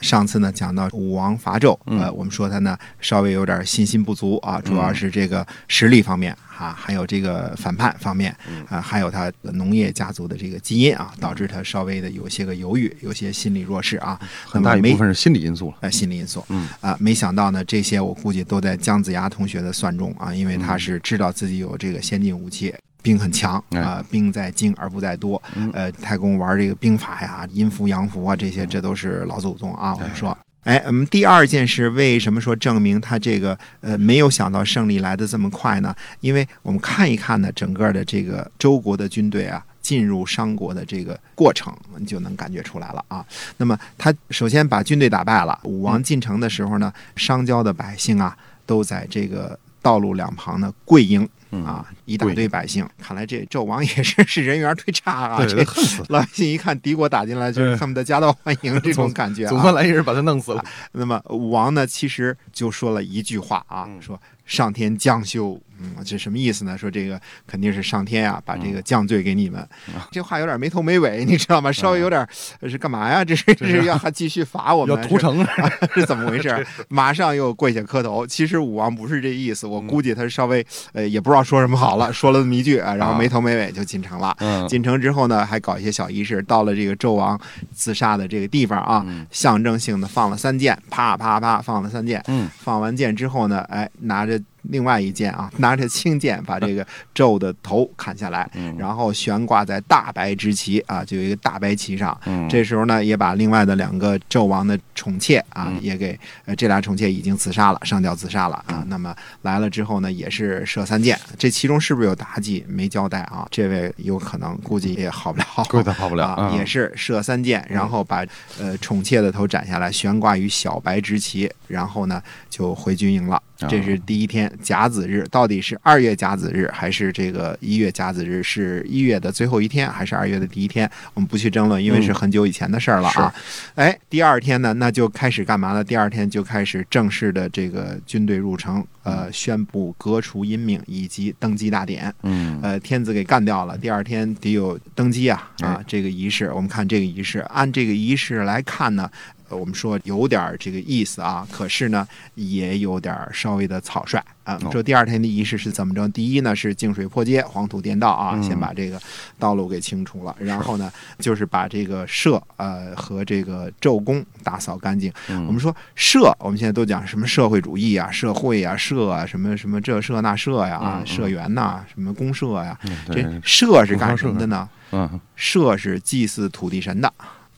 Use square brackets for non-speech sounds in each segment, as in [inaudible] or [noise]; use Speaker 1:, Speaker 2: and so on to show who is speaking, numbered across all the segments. Speaker 1: 上次呢讲到武王伐纣，呃，我们说他呢稍微有点信心不足啊，主要是这个实力方面啊，还有这个反叛方面啊，还有他农业家族的这个基因啊，导致他稍微的有些个犹豫，有些心理弱势啊。那
Speaker 2: 很
Speaker 1: 么
Speaker 2: 大一
Speaker 1: 没
Speaker 2: 部分是心理因素了。
Speaker 1: 呃心理因素。嗯啊，没想到呢，这些我估计都在姜子牙同学的算中啊，因为他是知道自己有这个先进武器。兵很强
Speaker 2: 嗯哎嗯
Speaker 1: 啊、兵在精而不在多。呃，太公玩这个兵法呀，阴符阳符啊，这些这都是老祖宗啊。我们说，哎，我、们第二件事，为什么说证明他这个呃没有想到胜利来的这么快呢？因为我们看一看呢，整个的这个周国的军队啊，进入商国的这个过程，你就能感觉出来了啊。那么他首先把军队打败了。武王进城的时候呢，商郊的百姓啊，都在这个道路两旁呢跪迎
Speaker 2: 嗯
Speaker 1: 啊，一大堆百姓。看来这纣王也是是人缘忒差啊，
Speaker 3: [laughs]
Speaker 1: 这
Speaker 2: 恨死了，
Speaker 1: 老百姓一看敌国打进来，就是
Speaker 2: 对
Speaker 1: 恨不得夹道欢迎这种感觉
Speaker 2: 总
Speaker 1: 啊
Speaker 2: 算。来一人把他弄死了。
Speaker 1: 那么武王呢，其实就说了一句话啊，
Speaker 2: 嗯
Speaker 1: 说上天降修，嗯，这什么意思呢？说这个肯定是上天啊，把这
Speaker 2: 嗯
Speaker 1: 个降罪给你们。这话有点没头没尾，你知道吗？
Speaker 2: 嗯
Speaker 1: 稍微有点、呃是干嘛呀？这是这是要还继续罚我们？
Speaker 2: 要屠
Speaker 1: 是
Speaker 2: 城，
Speaker 1: 啊，是怎么回
Speaker 2: [laughs]
Speaker 1: 事？马上又跪下磕头。其实武王不是这意思，
Speaker 2: 嗯
Speaker 1: 我估计他稍微呃也不知道说什么好了，说了这么一句啊，然后
Speaker 2: 啊
Speaker 1: 没头没尾就进城了。
Speaker 2: 嗯
Speaker 1: 进城之后呢，还搞一些小仪式，到了这个纣王自杀的这个地方啊，象征性的放了三箭，啪啪啪放了三箭。
Speaker 2: 嗯，
Speaker 1: 放完箭之后呢，哎，拿着另外一箭啊，拿着青箭把这个纣的头砍下来，
Speaker 2: 嗯
Speaker 1: 然后悬挂在大白之旗啊，就有一个大白旗上。
Speaker 2: 嗯
Speaker 1: 这时候呢，也把另外的两个纣王的宠妾啊，
Speaker 2: 嗯
Speaker 1: 也给呃这俩宠妾已经自杀了，上吊自杀了啊。那么来了之后呢，也是射三箭，这其中是不是有妲己没交代啊？这位有可能估计也好不了，
Speaker 2: 跪他跑不了嗯
Speaker 1: 啊，也是射三箭，然后把呃宠妾的头斩下来，悬挂于小白之旗，然后呢就回军营了。
Speaker 2: 啊
Speaker 1: 这是第一天甲子日，到底是二月甲子日还是这个一月甲子日？是一月的最后一天还是二月的第一天？我们不去争论，因为
Speaker 2: 嗯
Speaker 1: 是很久以前的事儿了啊。哎，第二天呢，那就开始干嘛呢？第二天就开始正式的这个军队入城，呃，宣布革除阴命以及登基大典。
Speaker 2: 嗯
Speaker 1: 呃，天子给干掉了，第二天得有登基啊
Speaker 2: 哎
Speaker 1: 啊，这个仪式，我们看这个仪式，按这个仪式来看呢，呃我们说有点儿这个意思啊，可是呢，也有点儿稍微的草率啊。
Speaker 2: 哦
Speaker 1: 这第二天的仪式是怎么着？第一呢是净水破街，黄土垫道啊，
Speaker 2: 嗯
Speaker 1: 先把这个道路给清除了，然后呢就是把这个社呃和这个纣宫打扫干净。
Speaker 2: 嗯
Speaker 1: 我们说社，我们现在都讲什么社会主义啊、社会啊、社啊、什么什么这社那社呀、啊、
Speaker 2: 嗯嗯
Speaker 1: 社员呐、什么公社呀、
Speaker 2: 嗯对
Speaker 1: 这社是干什么的呢？
Speaker 2: 嗯
Speaker 1: 社是祭祀土地神的，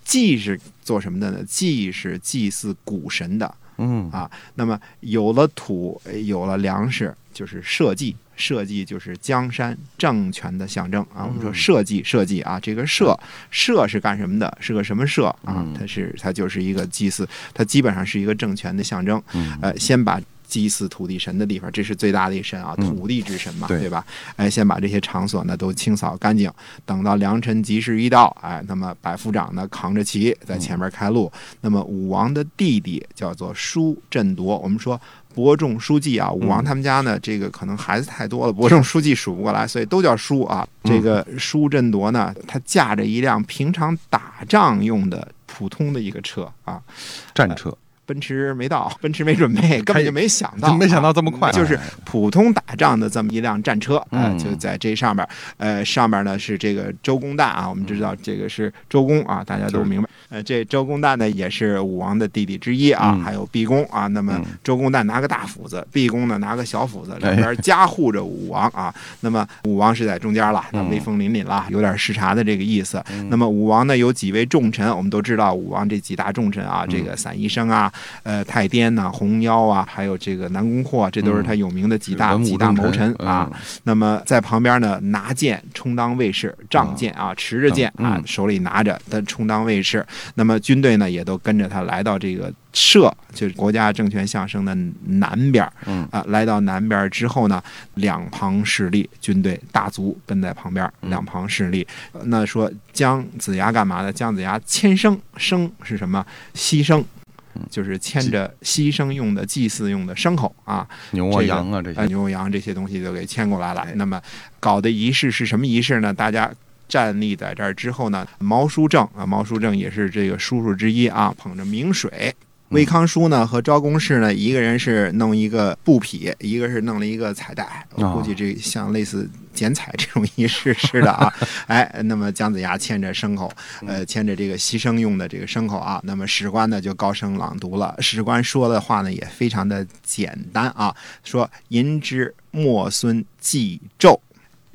Speaker 1: 祭是做什么的呢？祭是祭祀谷神的。
Speaker 2: 嗯
Speaker 1: 啊那么有了土，呃有了粮食，就是社稷。社稷就是江山政权的象征啊。我们说社稷，社稷啊，这个社社是干什么的？是个什么社啊
Speaker 2: 嗯？
Speaker 1: 它是它就是一个祭祀，它基本上是一个政权的象征。
Speaker 2: 嗯
Speaker 1: 呃，先把祭祀土地神的地方，这是最大的一神啊，土地之神嘛，
Speaker 2: 对
Speaker 1: 对吧？哎，先把这些场所呢都清扫干净，等到良辰吉时一到，哎，那么百夫长呢扛着旗在前面开路。那么武王的弟弟叫做叔振铎，我们说。伯仲叔季啊，武王他们家呢，这个可能孩子太多了，伯仲叔季数不过来，所以都叫叔啊。这个叔振铎呢，他驾着一辆平常打仗用的普通的一个车啊，
Speaker 2: 战车
Speaker 1: 奔驰没到，奔驰没准备，根本就没想到啊，
Speaker 2: 没想到这么快
Speaker 1: 就是普通打仗的这么一辆战车啊、
Speaker 2: 嗯
Speaker 1: 就在这上边，呃，上边呢是这个周公旦啊，我们知
Speaker 2: 嗯
Speaker 1: 道这个是周公啊，大家都明白。呃，这周公旦呢也是武王的弟弟之一啊，
Speaker 2: 嗯
Speaker 1: 还有毕公啊。那么周公旦拿个大斧子，毕公呢拿个小斧子，
Speaker 2: 哎
Speaker 1: 两边夹护着武王啊。那么武王是在中间了，那
Speaker 2: 嗯
Speaker 1: 威风凛凛了，有点视察的这个意
Speaker 2: 嗯
Speaker 1: 思。那么武王呢有几位重臣，我们都知道武王这几大重臣啊，这个散宜生啊，呃太颠呐、红腰啊，还有这个南宫阔，这都是他有名的几大、
Speaker 2: 嗯文武
Speaker 1: 几大
Speaker 2: 重
Speaker 1: 谋
Speaker 2: 臣嗯
Speaker 1: 臣啊。那么在旁边呢，拿剑充当卫士，仗剑啊，持着剑啊，
Speaker 2: 嗯
Speaker 1: 手里拿着，但充当卫士。那么军队呢，也都跟着他来到这个社，就是国家政权象征的南边儿
Speaker 2: 嗯
Speaker 1: 啊。来到南边儿之后呢，两旁势力，军队大族跟在旁边儿，
Speaker 2: 嗯
Speaker 1: 两旁势力。呃那说姜子牙干嘛呢？姜子牙牵生，生是什么？牺牲
Speaker 2: 嗯。
Speaker 1: 就是牵着牺牲用的、祭祀用的牲口啊，
Speaker 2: 牛
Speaker 1: 这
Speaker 2: 啊
Speaker 1: 个
Speaker 2: 羊啊这
Speaker 1: 啊，
Speaker 2: 些，
Speaker 1: 牛羊这些东西都给牵过来了。那么搞的仪式是什么仪式呢？大家。站立在这儿之后呢，毛叔正啊，毛叔正也是这个叔叔之一啊，捧着明水。
Speaker 2: 嗯
Speaker 1: 魏康叔呢和昭公氏呢，一个人是弄一个布匹，一个是弄了一个彩带。我
Speaker 2: 哦
Speaker 1: 估计这像类似剪彩这种仪式似的
Speaker 2: [laughs]
Speaker 1: 啊。哎，那么姜子牙牵着牲口，
Speaker 2: 嗯
Speaker 1: 呃，牵着这个牺牲用的这个牲口啊。那么史官呢就高声朗读了，史官说的话呢也非常的简单啊，说银之莫孙祭纣，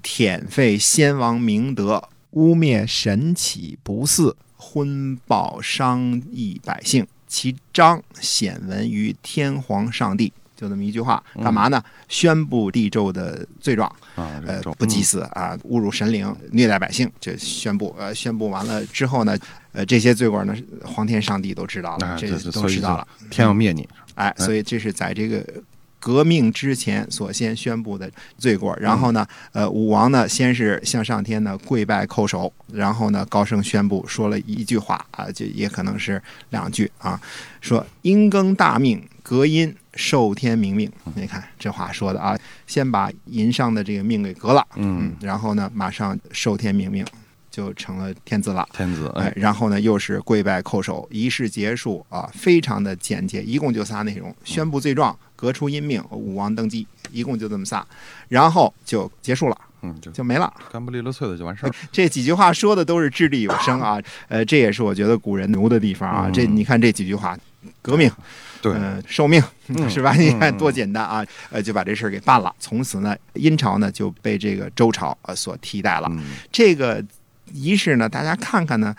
Speaker 1: 舔废先王明德，污蔑神启不嗣，昏暴商议百姓，其章显闻于天皇上帝。就这么一句话，干嘛呢？
Speaker 2: 嗯
Speaker 1: 宣布帝纣的罪状，
Speaker 2: 啊，
Speaker 1: 呃
Speaker 2: 这种，
Speaker 1: 不祭祀啊，侮辱神灵，虐待百姓，这宣布。呃，宣布完了之后呢，呃，这些罪过呢，皇天上帝都知道了，
Speaker 2: 啊
Speaker 1: 这
Speaker 2: 对
Speaker 1: 都
Speaker 2: 对所以
Speaker 1: 知道
Speaker 2: 就
Speaker 1: 了。
Speaker 2: 天要灭你，
Speaker 1: 哎，所以这是在这个革命之前所先宣布的罪过。然后呢，呃，武王呢先是向上天呢跪拜叩首，然后呢高声宣布说了一句话啊，这也可能是两句啊，说因更大命，隔音。受天明命，你看这话说的啊，先把银上的这个命给革了，
Speaker 2: 嗯，
Speaker 1: 然后呢，马上受天明命，就成了天子了。
Speaker 2: 天子，
Speaker 1: 哎
Speaker 2: 哎，，
Speaker 1: 然后呢，又是跪拜叩首，仪式结束啊，非常的简洁，一共就仨内容：宣布罪状、革除阴命、武王登基，一共就这么仨，然后就结束了，
Speaker 2: 嗯，就
Speaker 1: 就没了。
Speaker 2: 干不利落碎的就完事
Speaker 1: [laughs]
Speaker 2: 儿，
Speaker 1: 这几句话说的都是掷地有声啊，呃，这也是我觉得古人牛的地方啊。这
Speaker 2: 嗯
Speaker 1: 你看这几句话，革命，
Speaker 2: 对，
Speaker 1: 呃，受命
Speaker 2: 嗯
Speaker 1: 是吧？你看
Speaker 2: 嗯
Speaker 1: 多简单啊，呃，就把这事儿给办了。从此呢，殷朝呢就被这个周朝呃所替代了。
Speaker 2: 嗯，
Speaker 1: 这个仪式呢，大家看看呢，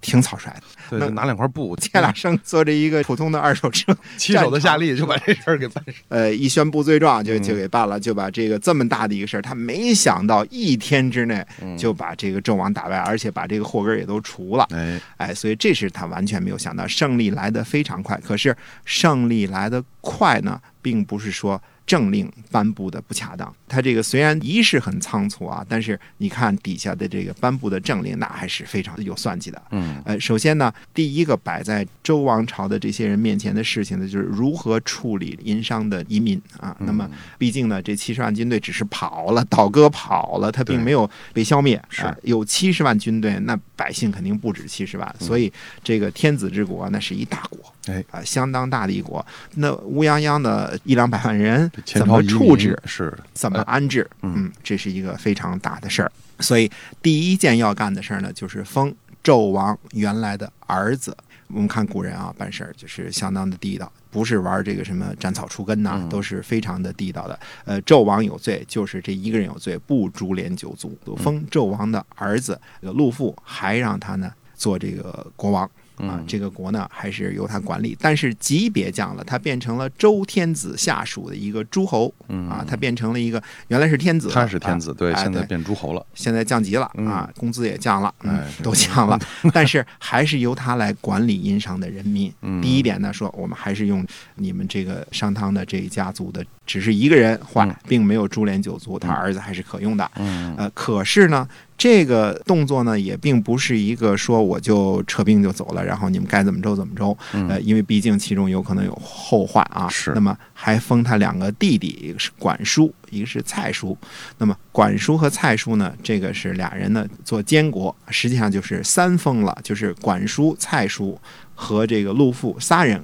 Speaker 1: 挺草率的。
Speaker 2: 对，
Speaker 1: 那
Speaker 2: 就拿两块布，
Speaker 1: 切俩生坐着一个普通的二手车， [laughs]
Speaker 2: 七手的下力就把这事儿给办事，
Speaker 1: 呃，一宣布罪状就
Speaker 2: 嗯
Speaker 1: 就给办了，就把这个这么大的一个事儿，他没想到一天之内
Speaker 2: 嗯
Speaker 1: 就把这个纣王打败，而且把这个祸根儿也都除了，
Speaker 2: 哎，
Speaker 1: 哎，所以这是他完全没有想到，胜利来得非常快。可是胜利来得快呢，并不是说。政令颁布的不恰当，他这个虽然仪式很仓促啊，但是你看底下的这个颁布的政令，那还是非常有算计的。
Speaker 2: 嗯，
Speaker 1: 呃，首先呢，第一个摆在周王朝的这些人面前的事情呢，就是如何处理殷商的移民啊。
Speaker 2: 嗯
Speaker 1: 那么，毕竟呢，这七十万军队只是跑了，倒戈跑了，他并
Speaker 2: 对
Speaker 1: 没有被消灭。
Speaker 2: 是
Speaker 1: 啊有七十万军队，那百姓肯定不止七十万，所以这个天子之国那是一大国，
Speaker 2: 嗯哎
Speaker 1: 啊，相当大的一国。那乌泱泱的一两百万人
Speaker 2: 这，前
Speaker 1: 怎
Speaker 2: 朝
Speaker 1: 么
Speaker 2: 移民
Speaker 1: 处置？
Speaker 2: 是的，
Speaker 1: 怎么安置，
Speaker 2: 嗯
Speaker 1: 嗯，这是一个非常大的事儿。所以第一件要干的事儿呢，就是封纣王原来的儿子。我们看古人啊，办事儿就是相当的地道，不是玩这个什么斩草除根呐、
Speaker 2: 嗯
Speaker 1: 都是非常的地道的。呃，纣王有罪，就是这一个人有罪，不株连九族。封纣王的儿子这个陆父，还让他呢做这个国王。啊，
Speaker 2: 嗯
Speaker 1: 这个国呢还是由他管理，但是级别降了，他变成了周天子下属的一个诸侯，
Speaker 2: 嗯
Speaker 1: 啊，他变成了一个原来是天子，
Speaker 2: 他是
Speaker 1: 啊
Speaker 2: 天子，对，
Speaker 1: 哎
Speaker 2: 现在
Speaker 1: 对
Speaker 2: 变诸侯了，
Speaker 1: 现在降级了、
Speaker 2: 嗯
Speaker 1: 啊，工资也降了，嗯
Speaker 2: 哎是
Speaker 1: 都降了，但是还是由他来管理殷商的人民。
Speaker 2: 嗯
Speaker 1: 第一点呢，说我们还是用你们这个商汤的这一家族的，只是一个人坏，
Speaker 2: 嗯
Speaker 1: 并没有株连九族，他儿子还是可用的。
Speaker 2: 嗯，
Speaker 1: 呃，可是呢，这个动作呢，也并不是一个说我就撤兵就走了，然后你们该怎么着怎么着。
Speaker 2: 嗯
Speaker 1: 呃，因为毕竟其中有可能有后患啊。
Speaker 2: 是
Speaker 1: 那么还封他两个弟弟，一个是管叔，一个是蔡叔。那么管叔和蔡叔呢，这个是俩人呢做监国，实际上就是三封了，就是管叔、蔡叔和这个陆父仨人。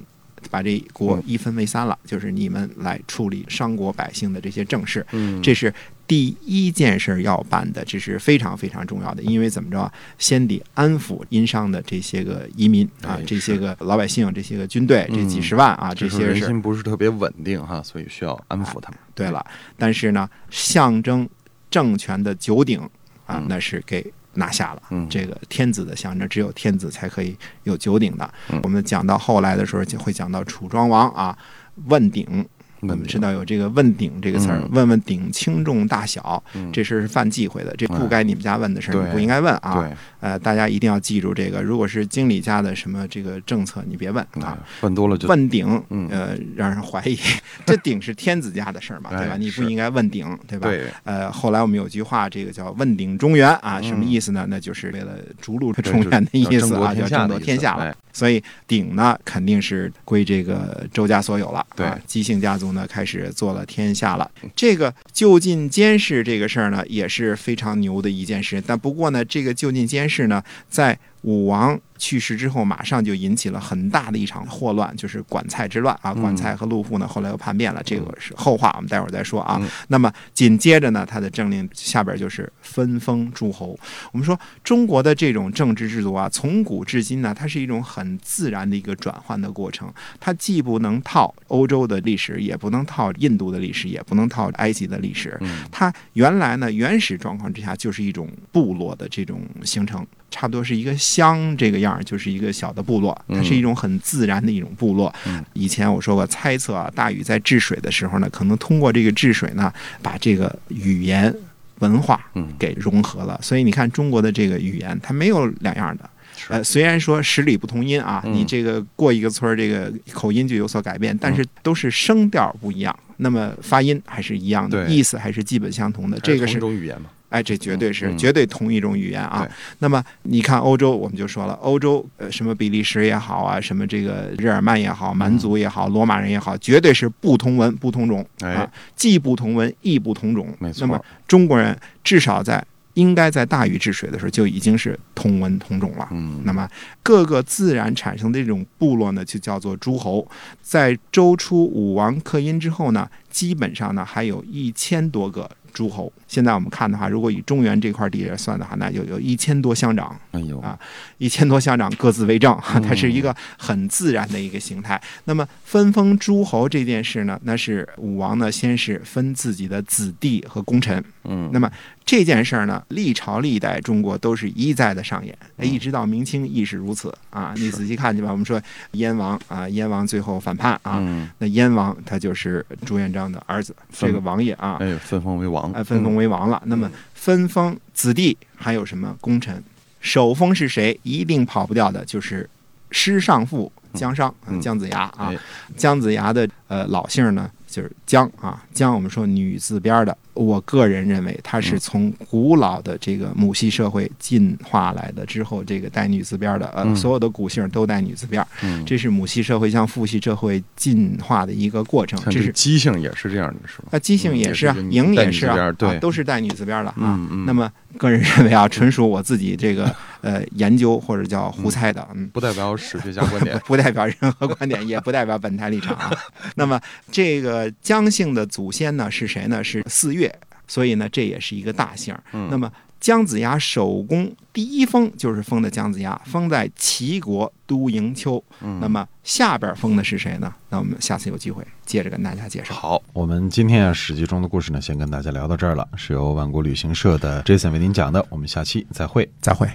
Speaker 1: 把这国一分为三了，就是你们来处理商国百姓的这些政事，
Speaker 2: 嗯
Speaker 1: 这是第一件事儿要办的，这是非常非常重要的。因为怎么着啊，先得安抚殷商的这些个移民啊
Speaker 2: 哎，
Speaker 1: 这些
Speaker 2: 是
Speaker 1: 个老百姓，这些个军队，这
Speaker 2: 嗯
Speaker 1: 几十万啊，这
Speaker 2: 这时候
Speaker 1: 些
Speaker 2: 人
Speaker 1: 是
Speaker 2: 心不是特别稳定哈，所以需要安抚他们，
Speaker 1: 对了。但是呢，象征政权的九鼎啊
Speaker 2: 嗯，
Speaker 1: 那是给拿下了。
Speaker 2: 嗯
Speaker 1: 这个天子的象征，只有天子才可以有九鼎的。
Speaker 2: 嗯
Speaker 1: 我们讲到后来的时候，就会讲到楚庄王啊，问鼎。
Speaker 2: 问鼎
Speaker 1: 我们知道有这个“问鼎”这个词儿
Speaker 2: 嗯，
Speaker 1: 问问鼎轻重大小，这事儿是犯忌讳的，这不该你们家问的事儿，
Speaker 2: 嗯对
Speaker 1: 你不应该问啊。
Speaker 2: 对，
Speaker 1: 呃，大家一定要记住这个，如果是经理家的什么这个政策，你别问啊
Speaker 2: 哎。问多了就
Speaker 1: 问鼎，
Speaker 2: 嗯
Speaker 1: 呃，让人怀疑， [laughs] 这鼎是天子家的事儿嘛，对吧？
Speaker 2: [laughs] 哎
Speaker 1: 你不
Speaker 2: 是
Speaker 1: 应该问鼎，对吧？
Speaker 2: 对，
Speaker 1: 呃，后来我们有句话，这个叫“问鼎中原”啊，什么意思呢？那就是为了逐鹿中原的意思啊，
Speaker 2: 嗯就
Speaker 1: 叫
Speaker 2: 是争
Speaker 1: 争夺
Speaker 2: 夺天
Speaker 1: 天下
Speaker 2: 下的意
Speaker 1: 了。
Speaker 2: 思
Speaker 1: 所以鼎呢，肯定是归这个周家所有了。
Speaker 2: 对
Speaker 1: 啊，姬姓家族呢开始做了天下了。这个就近监视这个事儿呢，也是非常牛的一件事。但不过呢，这个就近监视呢，在武王去世之后，马上就引起了很大的一场祸乱，就是管蔡之乱
Speaker 2: 嗯
Speaker 1: 啊。管蔡和陆户呢，后来又叛变了，这个是后话，我们待会儿再说啊。
Speaker 2: 嗯
Speaker 1: 那么紧接着呢，他的政令下边就是分封诸侯。我们说中国的这种政治制度啊，从古至今呢，它是一种很自然的一个转换的过程。它既不能套欧洲的历史，也不能套印度的历史，也不能套埃及的历史。
Speaker 2: 嗯
Speaker 1: 它原来呢，原始状况之下就是一种部落的这种形成，差不多是一个乡这个样儿，就是一个小的部落，它
Speaker 2: 嗯
Speaker 1: 是一种很自然的一种部落。
Speaker 2: 嗯
Speaker 1: 以前我说过，猜测啊，大禹在治水的时候呢，可能通过这个治水呢，把这个语言文化
Speaker 2: 嗯，
Speaker 1: 给融合了。所以你看中国的这个语言，它没有两样的。
Speaker 2: 是
Speaker 1: 呃，虽然说十里不同音啊，
Speaker 2: 嗯
Speaker 1: 你这个过一个村儿，这个口音就有所改变，但是都是声调不一样，那么发音还是一样的，
Speaker 2: 对
Speaker 1: 意思还是基本相同的。这个
Speaker 2: 还
Speaker 1: 是
Speaker 2: 同一种语言嘛，
Speaker 1: 哎，这绝对是、
Speaker 2: 嗯嗯
Speaker 1: 绝对同一种语言啊
Speaker 2: 对。
Speaker 1: 那么你看欧洲，我们就说了，欧洲呃什么比利时也好啊，什么这个日耳曼也好，
Speaker 2: 嗯
Speaker 1: 蛮族也好，罗马人也好，绝对是不同文不同种、
Speaker 2: 哎
Speaker 1: 啊，既不同文亦不同种。
Speaker 2: 没错
Speaker 1: 那么中国人至少在应该在大禹治水的时候就已经是同文同种了。
Speaker 2: 嗯，
Speaker 1: 那么各个自然产生的这种部落呢，就叫做诸侯。在周初武王克殷之后呢，基本上呢还有一千多个诸侯。现在我们看的话，如果以中原这块地来算的话，那有有一千多乡长，
Speaker 2: 哎呦，
Speaker 1: 啊 [laughs] 一千多乡长各自为政，
Speaker 2: 嗯
Speaker 1: 它是一个很自然的一个形态。那么分封诸侯这件事呢，那是武王呢先是分自己的子弟和功臣，
Speaker 2: 嗯，
Speaker 1: 那么这件事儿呢，历朝历代中国都是一再的上演，
Speaker 2: 嗯
Speaker 1: 哎，一直到明清亦是如此啊。你仔细看去吧。我们说燕王啊，燕王最后反叛啊，
Speaker 2: 嗯，
Speaker 1: 那燕王他就是朱元璋的儿子，
Speaker 2: 分
Speaker 1: 这个王爷啊，
Speaker 2: 哎呦，分封为王，
Speaker 1: 哎，分封为王了。那
Speaker 2: 嗯
Speaker 1: 么分封子弟还有什么功臣？首封是谁？一定跑不掉的就是师尚父姜尚，
Speaker 2: 嗯
Speaker 1: 啊姜子牙啊
Speaker 2: 哎。
Speaker 1: 姜子牙的呃老姓儿呢就是姜啊，姜我们说女字边儿的，我个人认为它是从古老的这个母系社会进化来的，之后这个带女字边儿的，呃，
Speaker 2: 嗯
Speaker 1: 所有的古姓儿都带女字边儿，
Speaker 2: 嗯，
Speaker 1: 这是母系社会向父系社会进化的一个过程，
Speaker 2: 像
Speaker 1: 这
Speaker 2: 这
Speaker 1: 是
Speaker 2: 姬姓也是这样的，是吧？
Speaker 1: 啊，姬姓
Speaker 2: 嗯
Speaker 1: 也
Speaker 2: 也
Speaker 1: 是
Speaker 2: 是
Speaker 1: 啊
Speaker 2: 一个，女
Speaker 1: 嬴
Speaker 2: 带
Speaker 1: 也
Speaker 2: 女
Speaker 1: 是
Speaker 2: 字边
Speaker 1: 啊
Speaker 2: 儿，对
Speaker 1: 啊都是带女字边儿的啊
Speaker 2: 嗯嗯。
Speaker 1: 那么个人认为啊，纯属我自己这个呃研究或者叫胡猜的，嗯。，
Speaker 2: 不代表史学家观点
Speaker 1: 不代表任何观点，也不代表本台立场啊。那么这个姜姓的祖先呢是谁呢？是四岳，所以呢这也是一个大姓儿。
Speaker 2: 嗯
Speaker 1: 那么姜子牙首功第一封就是封的姜子牙，封在齐国都营丘。
Speaker 2: 嗯
Speaker 1: 那么下边封的是谁呢？那我们下次有机会接着跟大家介绍。
Speaker 2: 好，
Speaker 3: 我们今天啊，《史记》中的故事呢，先跟大家聊到这儿了，是由万国旅行社的 Jason 为您讲的，我们下期再会。
Speaker 1: 再会。